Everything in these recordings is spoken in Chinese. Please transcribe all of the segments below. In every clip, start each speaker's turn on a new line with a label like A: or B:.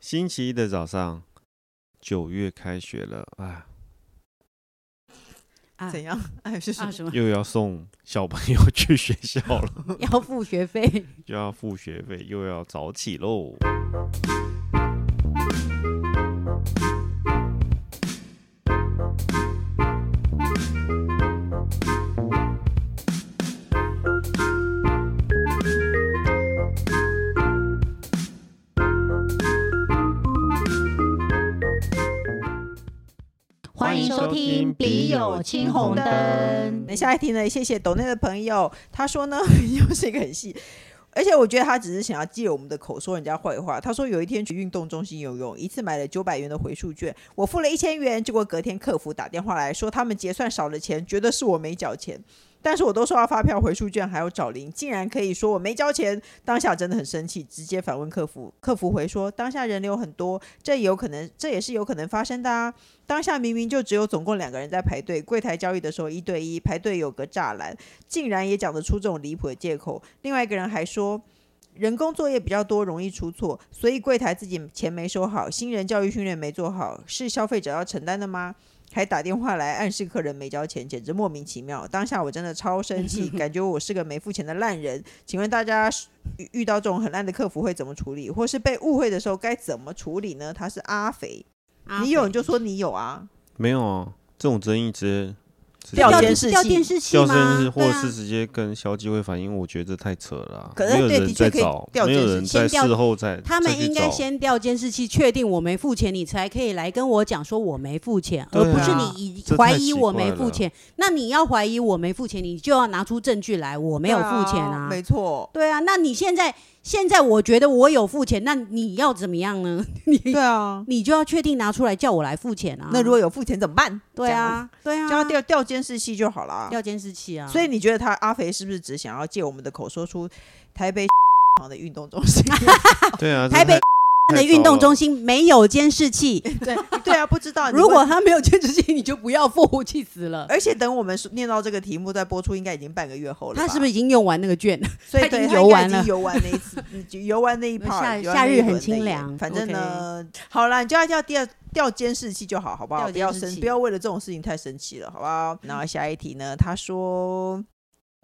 A: 星期一的早上，九月开学了，哎，
B: 啊
C: 怎样？ 哎，是什
B: 啊
C: 么？
B: 什么
A: 又要送小朋友去学校了，
B: 要付学 费？
A: 又要付学费，又要早起喽。欢迎收听笔友青红灯
C: 等一下来听呢，谢谢抖内的朋友， 他说呢，又是一个很细，而且我觉得他只是想要借我们的口说人家坏话。他说有一天去运动中心游泳，一次买了九百元的回数券，我付了一千元，结果隔天客服打电话来说他们结算少了钱，觉得是我没缴钱。但是我都收到发票、回数券，还有找零，竟然可以说我没交钱，当下真的很生气，直接反问客服。客服回说，当下人流很多，这也有可能，这也是有可能发生的啊。当下明明就只有总共两个人在排队，柜台交易的时候一对一，排队有个栅栏，竟然也讲得出这种离谱的借口。另外一个人还说。人工作业比较多，容易出错，所以柜台自己钱没收好，新人教育训练没做好，是消费者要承担的吗？还打电话来暗示客人没交钱，简直莫名其妙。当下我真的超生 气，感觉我是个没付钱的烂人。请问大家遇遇到这种很烂的客服会怎么处理，或是被误会的时候该怎么处理呢？他是阿肥，你有你就说你有啊，
A: 没有啊，这种争议直接
C: 掉
B: 掉
C: 监
B: 电
C: 视器
B: 掉电视器
A: 掉
B: 吗？
A: 生日，或
B: 对
A: 者
B: 啊
A: 是直接跟消基会反映，我觉得这太扯了啊、
C: 可是
A: 没有
C: 对
A: 人
C: 的确
A: 在
C: 可以
A: 找，
C: 调
A: 没有
C: 监视
A: 人
C: 器
A: 在
B: 先调
A: 事后再
B: 他
A: 再
B: 们
A: 去
B: 应该
A: 找
B: 先调监视器，确定我没付钱，你才可以来跟我讲说我没付钱，
A: 对
B: 而
A: 啊
B: 不是你疑
A: 这太
B: 怀疑
A: 奇
B: 我
A: 怪
B: 没付
A: 了
B: 钱。那你要怀疑我没付钱，你就要拿出证据来，我没有付钱
C: 对
B: 啊。
C: 没错，
B: 对啊，那你现在现在我觉得我有付钱，那你要怎么样呢？
C: 对啊。
B: 你就要确定拿出来叫我来付钱啊。
C: 那如果有付钱怎么办？
B: 对啊，对
C: 这
B: 啊，
C: 样子，就要调调监视器就好了啊。
B: 调监视器啊。
C: 所以你觉得他阿肥是不是只想要借我们的口说出台北 行的运动中心？
A: 对啊，这
B: 台北
A: 太太糟
B: 的运动
A: 了
B: 中心没有监视 器，
C: 对对啊，不知道。你
B: 如果
C: 问
B: 他没有监视器，你就不要 付，气死了。
C: 而且等我们念到这个题目再播出，应该已经半个月后了 吧。
B: 他是不是已经用完那个券？
C: 所
B: 他
C: 以
B: 已
C: 对
B: 经
C: 他
B: 游
C: 应该
B: 玩
C: 已经
B: 了
C: 游玩那一次，嗯就游玩那一 part，
B: 夏
C: 游玩
B: 夏
C: 那一
B: 日很
C: 轮的
B: 清
C: 也
B: 凉
C: 反正呢，好啦，你就要叫调调监视器就好，好不好？
B: 调
C: 不要
B: 监视
C: 生，
B: 器
C: 不要为了这种事情太生气了，好不好？然后下一题呢，他说。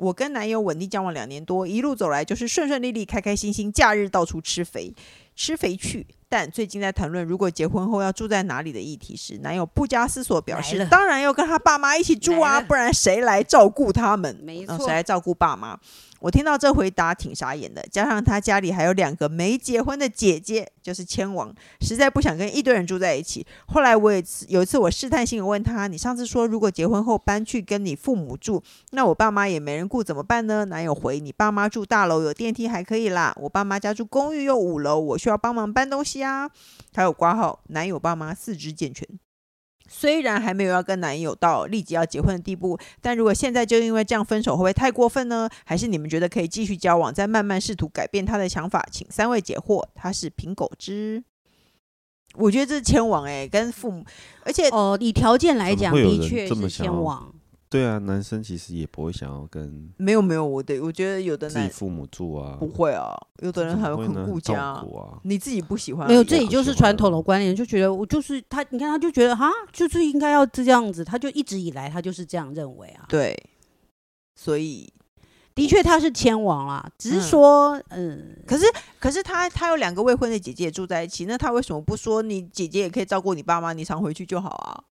C: 我跟男友稳定交往两年多，一路走来就是顺顺利利、开开心心，假日到处吃肥，吃肥去。但最近在谈论如果结婚后要住在哪里的议题时，男友不加思索表
B: 来
C: 示，
B: 了
C: 当然要跟他爸妈一起住啊，
B: 来了
C: 不然谁来照顾他们？
B: 没
C: 呃
B: 错
C: 谁来照顾爸妈？我听到这回答挺傻眼的，加上他家里还有两个没结婚的姐姐，就是千王，实在不想跟一堆人住在一起。后来我也有一次，我试探性地问他：“你上次说如果结婚后搬去跟你父母住，那我爸妈也没人顾怎么办呢？”男友回：“你爸妈住大楼有电梯还可以啦，我爸妈家住公寓又五楼，我需要帮忙搬东西啊。”还有挂号，男友爸妈四肢健全。虽然还没有要跟男友到立即要结婚的地步，但如果现在就因为这样分手，会不会太过分呢？还是你们觉得可以继续交往，再慢慢试图改变他的想法？请三位解惑。他是苹果汁，我觉得这是前往哎、跟父母，而 且
B: 哦，以条件来
A: 怎么
B: 讲，
A: 会有
B: 的
A: 人
B: 确
A: 这么
B: 是
A: 想
B: 前
A: 要
B: 往。
A: 对啊，男生其实也不会想要跟
C: 没有没有，我的我觉得有的
A: 自己
C: 男
A: 父母住啊，
C: 不会啊，有的人
A: 怎么
C: 还
A: 会呢
C: 很顾
A: 照
C: 家啊，
A: 顾啊，
C: 你自己不喜欢而已啊
B: 没有，这
A: 自己
B: 里就是传统的观念，就觉得我就是他，你看他就觉得哈，就是应该要这样子，他就一直以来他就是这样认为啊。
C: 对，所以
B: 的确他是前往啦，只是
C: 嗯
B: 说，嗯，
C: 可是，可是他他有两个未婚的姐姐也住在一起，那他为什么不说你姐姐也可以照顾你爸妈，你常回去就好啊？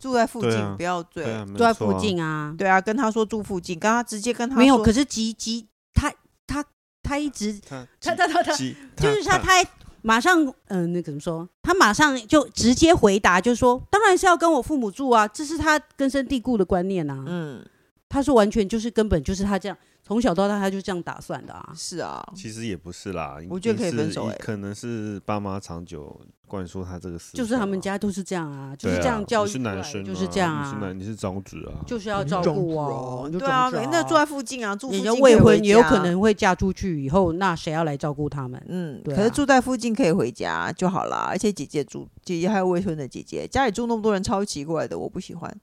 C: 住在附近，
A: 对啊
C: 不要醉。
A: 对啊，没
B: 住呃在
A: 错
B: 附
A: 啊
B: 近啊，
C: 对啊跟他说住附近，跟他直接跟他
B: 没有。
C: 说
B: 可是急急他他他一直
A: 他
B: 他他他他
A: 鸡
B: 就是他，他马上，嗯、那个怎么说？他马上就直接回答，就说：“当然是要跟我父母住啊，这是他根深蒂固的观念啊。
C: 嗯，
B: 他是完全就是根本就是他这样，从小到大他就这样打算的啊。
C: 是啊，
A: 其实也不是啦，
C: 我
A: 一
C: 觉
A: 定
C: 得可以分
A: 是
C: 手
A: 一
C: 欸
A: 可能是爸妈长久灌输他这个思想啊，
B: 就是他们家都是这样啊，就
A: 对
B: 是
A: 啊
B: 这样教育
A: 你是
B: 出来
A: 男
B: 的
A: 生啊，
B: 就是这样
A: 你是
B: 啊，
A: 男你是长子啊，
B: 就是要照
C: 种
B: 顾
C: 族
B: 我，你就
C: 对啊，
B: 种族
C: 那住在附近啊，住附
B: 人
C: 近
B: 家
C: 可以
B: 未
C: 回
B: 婚也有
C: 家
B: 可。能会嫁出去以后，那谁要来照顾他们？
C: 嗯，
B: 对
C: 可是
B: 啊
C: 住在附近可以回家就好啦。而且姐姐住，姐姐还有未婚的姐姐，家里住那么多人，超奇怪的，我不喜欢。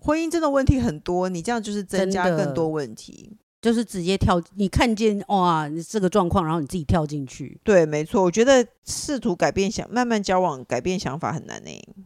C: 婚姻真的问题很多，你这样就是增
B: 真
C: 加
B: 的
C: 更多问题。
B: 就是直接跳，你看见哇你这个状况，然后你自己跳进去。
C: 对，没错，我觉得试图改变想慢慢交往改变想法很难欸呢、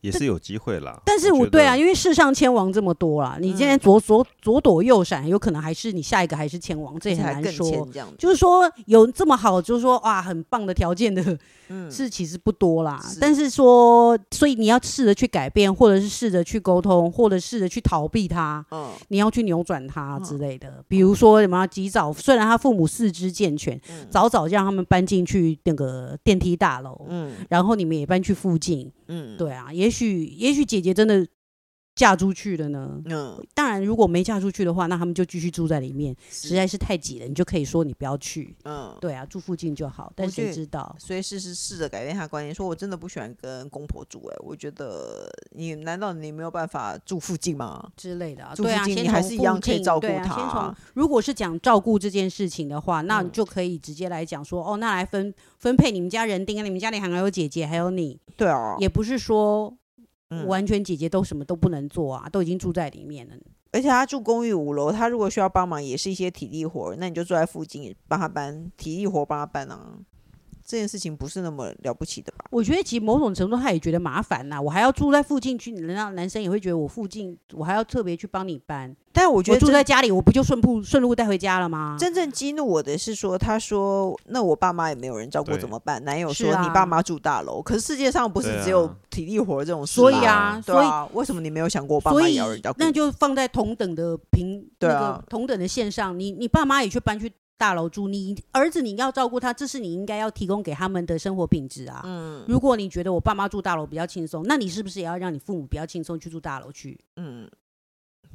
A: 也是有机会啦。
B: 但是
A: 我
B: 我
A: 觉
B: 对
A: 得
B: 啊，因为世上千王这么多啦，你
C: 嗯
B: 现在左左左躲右闪，有可能还是你下一个还是千王，这
C: 而
B: 也
C: 且
B: 很
C: 还
B: 难
C: 更
B: 说。
C: 欠这样子。
B: 就是说有这么好，就是说哇很棒的条件 的
C: 嗯，
B: 是其实不多啦。
C: 是
B: 但是说，所以你要试着去改变，或者是试着去沟通，或者试着去逃避它。
C: 嗯
B: 你要去扭转它
C: 嗯
B: 之类的，比如说什么及早，虽然他父母四肢健全，
C: 嗯
B: 早早就让他们搬进去那个电梯大楼，
C: 嗯
B: 然后你们也搬去附近，
C: 嗯，
B: 对啊，也许也许姐姐真的嫁出去了呢。
C: 嗯，
B: 当然，如果没嫁出去的话，那他们就继续住在里面，实
C: 实
B: 在是太挤了，你就可以说你不要去，
C: 嗯。
B: 对啊，住附近就好。但
C: 我觉
B: 谁
C: 得
B: 知道？
C: 所以试试试着改变他的观念，说我真的不喜欢跟公婆住、欸，哎，我觉得你难道你没有办法住附近吗？
B: 之类的、啊，
C: 住
B: 对啊，
C: 附近
B: 先
C: 你还
B: 从
C: 是一
B: 附
C: 样可以
B: 近
C: 照
B: 对
C: 顾
B: 啊先
C: 他
B: 从如果是讲照顾这件事情的话，那你
C: 嗯
B: 就可以直接来讲说，哦，那来分分配你们家人丁啊，你们家里还有姐姐，还有你，
C: 对啊，
B: 也不是说
C: 嗯
B: 完全姐姐都什么都不能做啊，都已经住在里面了。
C: 而且他住公寓五楼，他如果需要帮忙，也是一些体力活儿，那你就住在附近帮他搬体力活，帮他搬啊。这件事情不是那么了不起的吧？
B: 我觉得其实某种程度他也觉得麻烦呐、我还要住在附近去，人家男生也会觉得我附近，我还要特别去帮你搬。
C: 但我觉
B: 我
C: 得
B: 住
C: 真
B: 在家里，我不就顺路顺路带回家了
A: 嗯
B: 吗？
C: 真正激怒我的是说，他说那我爸妈也没有人照顾
A: 对
C: 怎么办？男友
B: 是
C: 说、
B: 啊
C: 你爸妈住大楼，可是世界上不
A: 对
C: 是
A: 啊
C: 只有体力活这种事
B: 所以
C: 嘛
B: 啊
C: 对啊，为什么你没有想过我爸
B: 所
C: 妈也
B: 以
C: 要有人照顾？
B: 那就放在同等的平、
C: 对
B: 那
C: 啊
B: 个同等的线上，你你爸妈也去搬去大楼住，你儿子你要照顾他，这是你应该要提供给他们的生活品质啊。
C: 嗯
B: 如果你觉得我爸妈住大楼比较轻松，那你是不是也要让你父母比较轻松去住大楼去？
C: 嗯，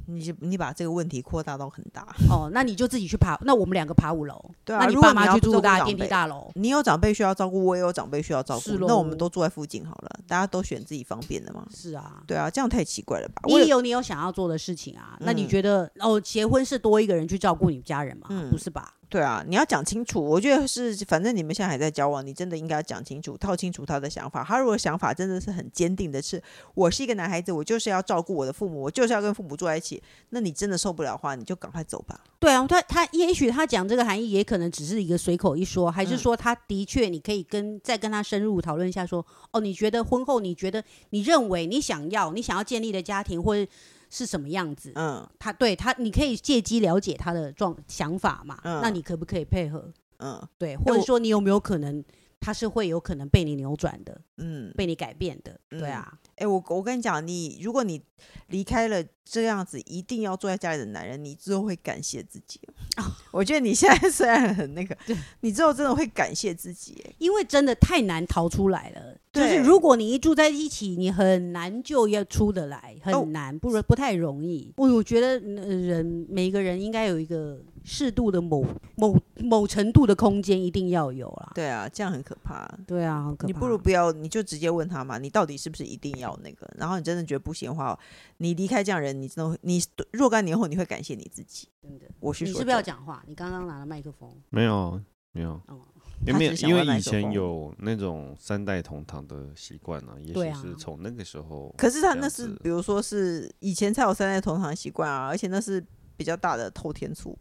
C: 你就你把这个问题扩大到很大，
B: 哦，那你就自己去爬，那我们两个爬五楼，
C: 对啊。
B: 那
C: 如果
B: 爸妈
C: 要
B: 去
C: 不
B: 住
C: 照顾
B: 大
C: 长
B: 电梯
C: 辈
B: 大楼。
C: 你有长辈需要照顾，我也有长辈需要照顾
B: 是，
C: 那我们
B: 咯
C: 都住在附近好了，大家都选自己方便的嘛。
B: 是啊，
C: 对啊，这样太奇怪了吧？
B: 你
C: 为
B: 也
C: 了
B: 有你有想要做的事情啊。那你
C: 嗯
B: 觉得哦，结婚是多一个人去照顾你家人吗？
C: 嗯
B: 不是吧？
C: 对啊，你要讲清楚。我觉得是，反正你们现在还在交往，你真的应该要讲清楚，套清楚他的想法。他如果想法真的是很坚定的是，我是一个男孩子，我就是要照顾我的父母，我就是要跟父母住在一起，那你真的受不了的话，你就赶快走吧。
B: 对啊，他他也许他讲这个含义，也可能只是一个随口一说，还是
C: 嗯
B: 说他的确你可以跟再跟他深入讨论一下说，哦，你觉得婚后你觉得你认为你想要你想要建立的家庭或者是什么样子？
C: 嗯
B: 他对他，你可以借机了解他的状想法嘛？
C: 嗯
B: 那你可不可以配合？
C: 嗯
B: 对，或者
C: 我
B: 说你有没有可能他是会有可能被你扭转的，
C: 嗯，
B: 被你改变的？对
C: 嗯
B: 啊，
C: 哎、我我跟你讲，你如果你离开了这样子一定要坐在家里的男人，你之后会感谢自己。哦我觉得你现在虽然很那个
B: 对，
C: 你之后真的会感谢自己。哎
B: 因为真的太难逃出来了。就是
C: 对
B: 如果你一住在一起，你很难就要出得来，
C: 哦
B: 很难，不不太容易。我我觉得嗯呃人每一个人应该有一个适度的某某某程度的空间，一定要有啦。
C: 对啊，这样很可怕。
B: 对啊，好可
C: 你
B: 怕
C: 不如不要，你就直接问他嘛，你到底是不是一定要那个？然后你真的觉得不行的话，哦你离开这样的人，你真的会你若干年后你会感谢你自己。
B: 真的，
C: 我是
B: 你
C: 说
B: 是
C: 真
B: 不是要
C: 的，
B: 讲话？你刚刚拿了麦克风，
A: 没有啊没有，
B: 哦，
A: 因
C: 他
A: 为
C: 只是想
A: 因为
C: 玩麦
A: 以
C: 克
A: 前
C: 风
A: 有那种三代同堂的习惯呢，也
B: 对
A: 许
B: 啊
A: 是从那个时候。
C: 可是他
A: 这
C: 那
A: 样
C: 是
A: 子
C: 比如说是以前才有三代同堂习惯啊，而且那是比较大的偷天醋。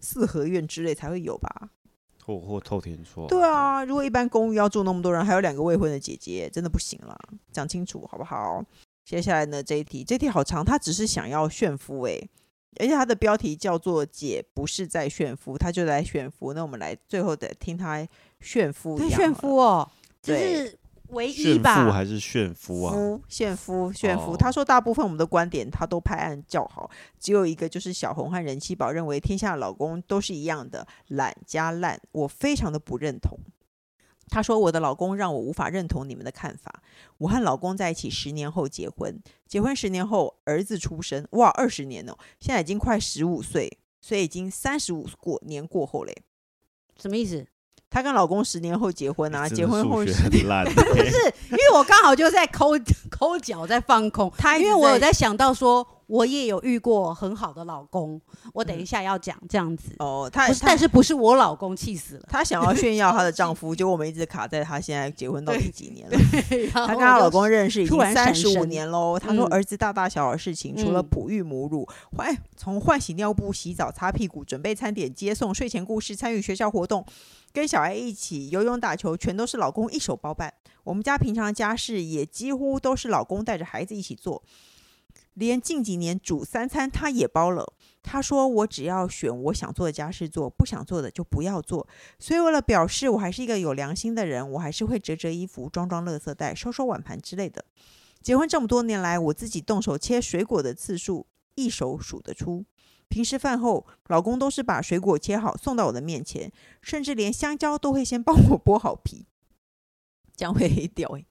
C: 四合院之类才会有吧？
A: 或或透天错。
C: 对，啊，如果一般公寓要住那么多人，还有两个未婚的姐姐，真的不行啦，讲清楚好不好？接下来呢，这一题，这题好长，他只是想要炫夫诶、而且他的标题叫做“姐不是在炫夫”，他就在炫夫。那我们来最后的听他炫夫一样好了，
B: 炫夫哦，这
C: 对
B: 是唯一
A: 炫富
B: 吧？
A: 还是炫夫啊？
C: 夫炫夫炫夫。
A: 哦
C: 他说，大部分我们的观点他都拍案叫好，只有一个就是小红和任七宝认为天下老公都是一样的懒加烂，我非常的不认同。他说：“我的老公让我无法认同你们的看法。我和老公在一起十年后结婚，结婚十年后儿子出生，哇，二十年哦，现在已经快十五岁，所以已经三十五过年过后嘞。
B: 什么意思？
C: 她跟老公十年后结婚
A: 你
C: 啊，
A: 哎真
C: 结
A: 的
C: 婚
A: 数
C: 后
A: 学
C: 十
A: 很烂欸，
B: 不是，因为我刚好就在抠抠脚，在放空，
C: 他一
B: 因
C: 直
B: 为我有
C: 在
B: 在想到说，我也有遇过很好的老公，我等一下要讲这样子。
C: 哦，她
B: 不是，
C: 她
B: 但是不是我老公气死 了。
C: 她想要炫耀她的丈夫，结果我们一直卡在她现在结婚到底几年了。
B: 她
C: 她跟她老公认识已
B: 突
C: 经
B: 然
C: 三
B: 闪
C: 十五
B: 神
C: 年喽。她说
B: 嗯
C: 儿子大大小小事情，除了
B: 嗯
C: 哺育母乳、换从换洗尿布、洗澡、擦屁股、准备餐点、接送、睡前故事、参与学校活动、跟小孩一起游泳、打球，全都是老公一手包办。我们家平常的家事也几乎都是老公带着孩子一起做，连近几年煮三餐他也包了。他说：“我只要选我想做的家事做，不想做的就不要做。”所以为了表示我还是一个有良心的人，我还是会折折衣服、装装垃圾袋、收收碗盘之类的。结婚这么多年来，我自己动手切水果的次数一手数得出。平时饭后，老公都是把水果切好送到我的面前，甚至连香蕉都会先帮我剥好皮，这样会黑掉诶、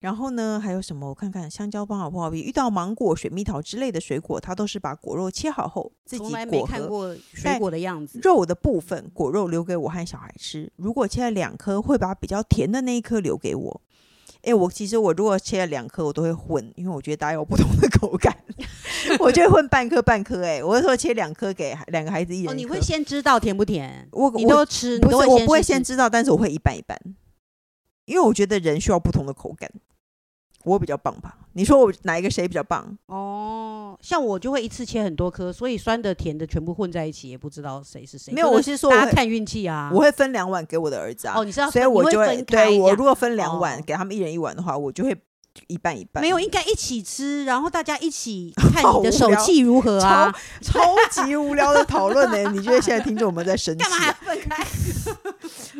C: 然后呢，还有什么？我看看，香蕉帮好剥好皮。遇到芒果、水蜜桃之类的水果，他都是把果肉切好后自己
B: 从
C: 裹
B: 来没
C: 盒
B: 看过水
C: 但
B: 果的样子，
C: 肉的部分，果肉留给我和小孩吃。如果切了两颗，会把比较甜的那一颗留给我。诶，我其实我如果切了两颗，我都会混，因为我觉得大家有不同的 口感，我就会混半颗半颗。诶，我会说切两颗给孩两个孩子一人一颗。
B: 哦，你会先知道甜不甜？
C: 我
B: 你
C: 我
B: 都吃，你
C: 不
B: 都
C: 是我不会
B: 先
C: 先
B: 试吃
C: 知道，但是我会一半一半，因为我觉得人需要不同的口感。我比较棒吧？你说我哪一个谁比较棒？
B: 哦。像我就会一次切很多颗，所以酸的甜的全部混在一起，也不知道谁是谁。
C: 没有，
B: 就
C: 我是说我
B: 大家
C: 会
B: 看运气啊。
C: 我会分两碗给我的儿子啊。
B: 哦，你知道，
C: 所以
B: 你
C: 我就
B: 会分
C: 会
B: 开
C: 对
B: 这
C: 我
B: 样
C: 如果分两碗、
B: 哦
C: 给他们一人一碗的话，我就会一半一半。
B: 没有，应该一起吃，然后大家一起 看
C: 好
B: 你的
C: 无
B: 手
C: 聊
B: 气如何啊？
C: 超级无聊的讨论呢、你觉得现在听众们在生 气
B: 干嘛还
C: 啊、
B: 要分 开？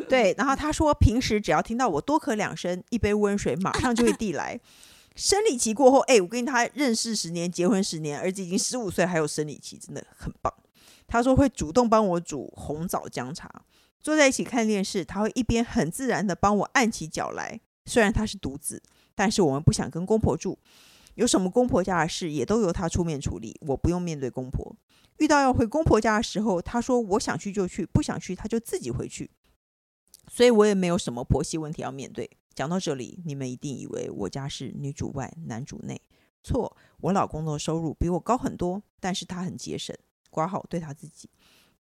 C: 对，然后他说平时只要听到我多咳两声，一杯温水马上就会递来。生理期过后，哎、我跟他认识十年，结婚十年，儿子已经十五岁，还有生理期，真的很棒。他说会主动帮我煮红枣姜茶，坐在一起看电视，他会一边很自然的帮我按起脚来。虽然他是独子，但是我们不想跟公婆住，有什么公婆家的事也都由他出面处理，我不用面对公婆。遇到要回公婆家的时候，他说我想去就去，不想去他就自己回去，所以我也没有什么婆媳问题要面对。讲到这里，你们一定以为我家是女主外男主内，错，我老公的收入比我高很多，但是他很节省，管好对他自己。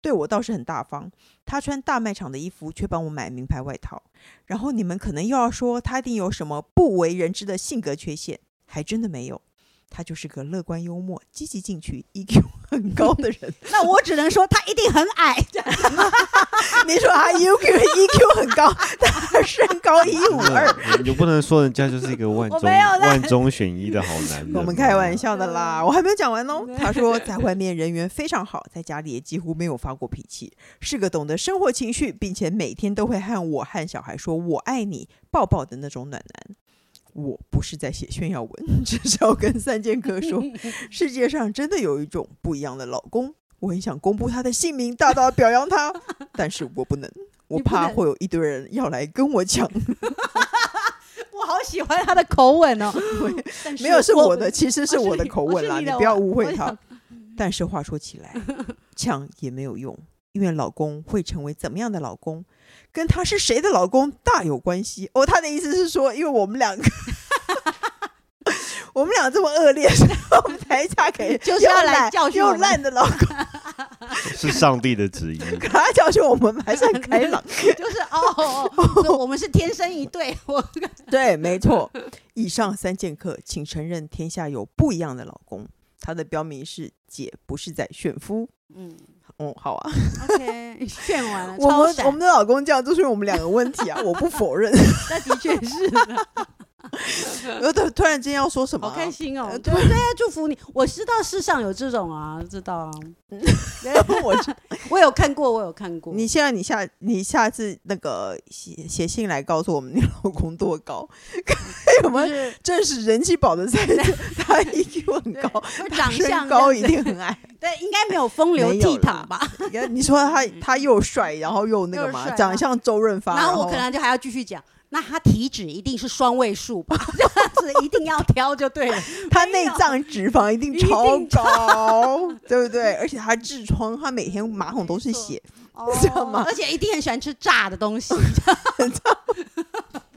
C: 对我倒是很大方，他穿大卖场的衣服，却帮我买名牌外套。然后你们可能又要说他一定有什么不为人知的性格缺陷，还真的没有，他就是个乐观、幽默、积极进取、EQ 很高的人。
B: 那我只能说他一定很矮。
C: 你说啊他 EQ EQ 很高， 他身 高一五二，
A: 你你不能说人家就是一个万
B: 我
A: 中
B: 没有啦
A: 万中选一的好男人嘛。啊
C: 我们开玩笑
B: 嗯
C: 的啦，我还没有讲完哦。 他说在外面人缘非常好，在家里也几乎没有发过脾气，是个懂得生活情绪，并且每天都会和我和小孩说“我爱你”抱抱的那种暖男。我不是在写炫耀文， 只是要跟三剑 客说，世界上真的有一种不一样的老公。我很想公布他的姓名，大大地表扬他， 但是我不能，我
B: 你不
C: 怕
B: 能
C: 会有一堆人要来跟我抢。
B: 我好喜欢他的口吻哦。但
C: 没有是我
B: 我
C: 的，其实是
B: 哦是
C: 我的
B: 你
C: 口
B: 哦
C: 吻
B: 是
C: 啦，
B: 你
C: 你
B: 的
C: 不要
B: 我
C: 误
B: 我
C: 会他。但是话说起 来，抢也没有用，因为老公会成为怎么样的老公，跟他是谁的老公大有关系。哦，他的意思是说，因为我们两个。我们俩这么恶劣，所以我们才嫁给
B: 就是要来
C: 又懒
B: 教训我
C: 又
B: 们
C: 烂的老公。
A: 是上帝的旨意。
C: 可他教训我们还算开朗，
B: 就是哦哦， 哦我们是天生一对。我
C: 对，没错。以上三剑客，请承认天下有不一样的老公。他的标名是“姐不是在炫夫
B: 嗯”。
C: 哦，好啊。
B: ，OK，炫完了，
C: 我
B: 超
C: 们
B: 闪
C: 我们的老公这样，就是因为我们两个问题啊，我不 否认。
B: 那的确是
C: 我突突然间要说什么
B: 好
C: 啊、
B: 开心哦。
C: 呃
B: 对对啊，祝福你。我知道世上有这种啊，知道啊，
C: 我
B: 我有看过，我有看过。
C: 你现在你下你下次那个写写信来告诉我们你老公多高，
B: 嗯
C: 我
B: 就
C: 们
B: 是
C: 证实人 气宝的赛制，他 EQ 很高，
B: 对
C: 他
B: 长
C: 身
B: 相
C: 高
B: 这
C: 一
B: 样
C: 定 很矮。
B: 对，应该没有风流
C: 没有
B: 倜
C: 啦
B: 傥吧？
C: 你看你说他他又帅，然后又那个
B: 嗯又
C: 嘛，
B: 帅
C: 长
B: 然
C: 得
B: 后
C: 像周润发，
B: 然后我可能就还要继续讲，那他体脂一定是双位数吧？ 是一定要挑就 对了。
C: 他
B: 没
C: 内
B: 有
C: 脏脂肪一定
B: 一
C: 超
B: 定
C: 高，对不对？而且他痔疮，他每天马桶都是
B: 没错
C: 血，
B: 哦
C: 知道吗
B: 而且一定很喜欢吃炸的东西，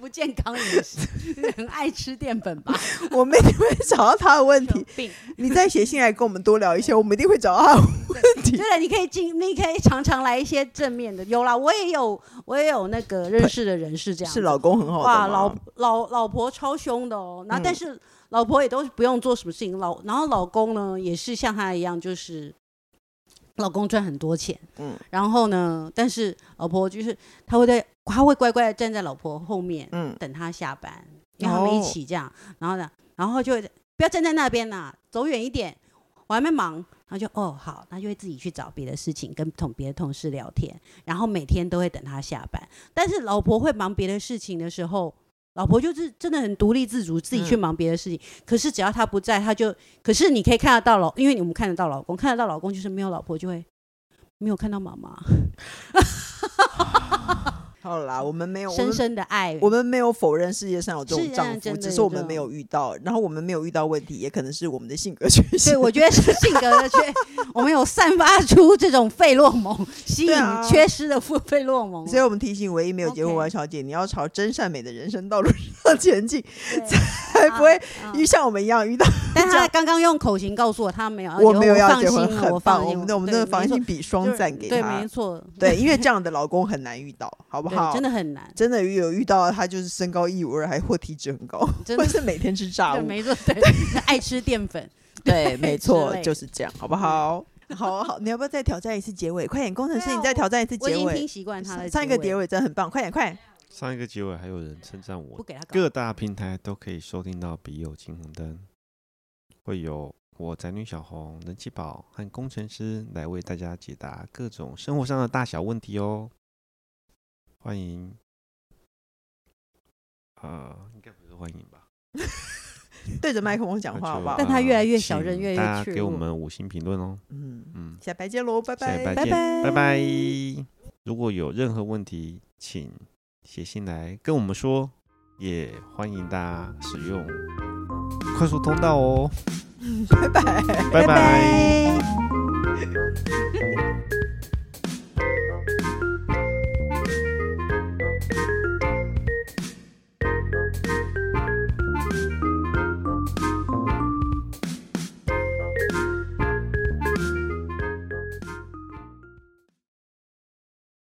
B: 不健康饮食， 很爱吃淀粉吧？
C: 我们一定会找到他的问
B: 有
C: 题。
B: 病。
C: 你再写信来跟我们多聊一些，我们一定会找到他的问题。
B: 对了，你可以进，你可以常常来一些正面的。有啦，我也有，我也有那个认识的人是这样子。
C: 是老公很好的
B: 哇，
C: 吗
B: 老老老婆超凶的哦。然后
C: 嗯
B: 但是老婆也都是不用做什么事情，老然后老公呢也是像他一样，就是老公赚很多钱，
C: 嗯
B: 然后呢，但是老婆就是他会在他会乖乖地站在老婆后面
C: 嗯，
B: 等他下班，因为他们一
C: 哦
B: 起这样。然后呢，然后就会不要站在那边啦、走远一点，我还没忙。然后就哦好，他就会自己去找别的事情，跟同别的同事聊天，然后每天都会等他下班。但是老婆会忙别的事情的时候，老婆就是真的很独立自主，自己去
C: 嗯
B: 忙别的事情。可是只要他不在，他就可是你可以看得到老，因为你我们看得到老公，看得到老公就是没有老婆就会没有看到妈妈，
C: 好啦，我们没有，我
B: 深
C: 们
B: 深的爱。
C: 我们没有否认世界上有这
B: 是
C: 种
B: 啊
C: 丈
B: 真
C: 夫，
B: 的
C: 只
B: 有
C: 是我
B: 这
C: 们
B: 种
C: 没有遇到，然后我们没有遇到问题，也可能是我们的性格缺陷。
B: 对，我觉得是性格的缺，我们有散发出这种费洛蒙，吸
C: 对
B: 引
C: 啊
B: 缺失的费费洛蒙。
C: 所以，我们提醒唯一没有结婚
B: OK
C: 王小姐，你要朝真善美的人生道路 上前进，
B: 对
C: 才不会
B: 啊
C: 遇像我们一样遇到。
B: 但他刚刚用口型告诉我，他啊没有，
C: 我没有要
B: 放
C: 结婚，
B: 心，
C: 很
B: 我
C: 棒。
B: 放
C: 我
B: 心，
C: 们的我们
B: 对
C: 的房
B: 没错
C: 心比
B: 就
C: 双
B: 是
C: 赞给
B: 对，
C: 她
B: 没。错，
C: 对， 因为这样的老公很难遇到，好不好？
B: 对，真的很 难，
C: 真的有遇到他就是身高一五二，还或体脂很高，
B: 真
C: 或
B: 的
C: 是每天吃炸
B: 对，
C: 物。
B: 没错， 对，爱吃淀粉，
C: 对，没错
B: 之，类的
C: 就是这样，好不好？好好，你要不要再挑战一次结尾？快点，工程师，
B: 对啊
C: 你再挑战一次
B: 我已
C: 结
B: 经听
C: 尾。
B: 习惯他的
C: 上上一个结
B: 尾，
C: 尾真的很棒，快点，快点！
A: 上一个结尾还有人称赞我
B: 不给他搞
A: 各大平台都可以收听到《笔友金红灯》，会有我宅女小红、人气宝和工程师来为大家解答各种生活上的大小问题哦。欢迎，啊、应该不是欢迎吧？
C: 对着麦克风讲
A: 那
C: 话，好
A: 就
C: 不好
B: 但？他越来越小
A: 请
B: 人越来越
A: 大家
B: 脆
A: 给我
B: 弱
A: 们五星评论哦。
C: 嗯，
A: 嗯，
C: 下白见喽，拜
A: 下
C: 拜，
A: 礼拜见，拜拜。如果有任何问题，请写信来跟我们说，也欢迎大家使用快速通道哦。
C: 拜拜。
A: 拜拜。